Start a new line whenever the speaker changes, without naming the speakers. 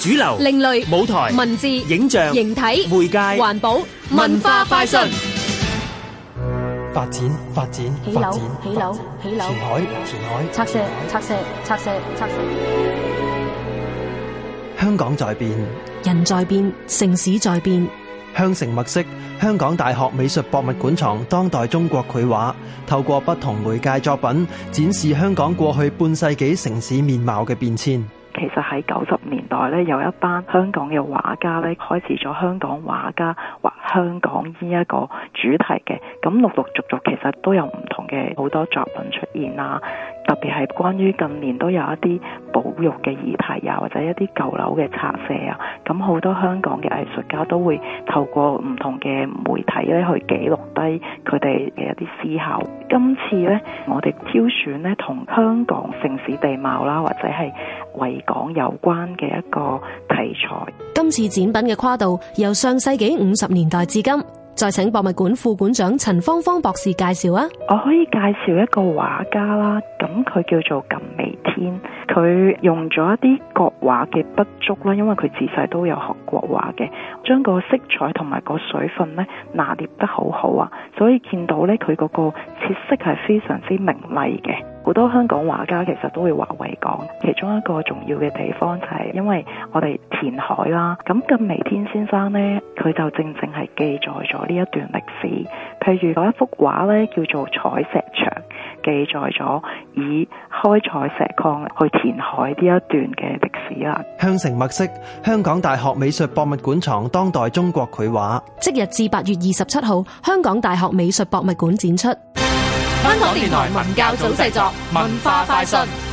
主流、
另類
舞台、
文字、
影像、
形體、
媒介、
環保、
文
文
化快
化快
訊
訊。
發展發展
起
發
樓
展，
起樓
發展
起樓
填海填海
拆卸
填海
拆卸拆卸拆卸。
香港在變，
人在變，城市在變，
香城墨色，香港大學美術博物館藏當代中國繪畫，透過不同媒介作品展示香港過去半世紀城市面貌嘅變遷。
其實喺九十年代咧，有一班香港嘅畫家咧，開始咗香港畫家畫香港呢一個主題嘅。咁陸陸續續其實都有唔同嘅好多作品出現啦，特別係關於近年都有一啲保育嘅議題啊，或者一啲舊樓嘅拆卸啊。咁好多香港嘅藝術家都會透過唔同嘅媒體咧去記錄低佢哋嘅一啲思考。今次呢，我哋挑選呢同香港城市地貌啦，或者係維港有關嘅一個題材。
今次展品嘅跨度由上世紀五十年代至今，再請博物館副館長陳芳芳博士介紹啊！
我可以介紹一個畫家啦，咁佢叫做靳美天，佢用咗一啲國畫嘅筆觸啦，因為佢自細都有學國畫嘅，將個色彩同埋個水分呢拿捏得好好啊，所以見到呢，佢嗰個設色係非常之明麗嘅。好多香港畫家其實都會畫維港，其中一個重要嘅地方就係因為我哋填海啦。咁靳美天先生呢，佢就正正係記載咗呢一段歷史。譬如有一幅畫咧，叫做《採石場》，記載咗以開採石礦去填海呢一段嘅歷史啊啦。
香城墨色，香港大學美術博物館藏當代中國繪畫。
即日至八月二十七號，香港大學美術博物館展出。
香港電台文教組製作，文化快訊。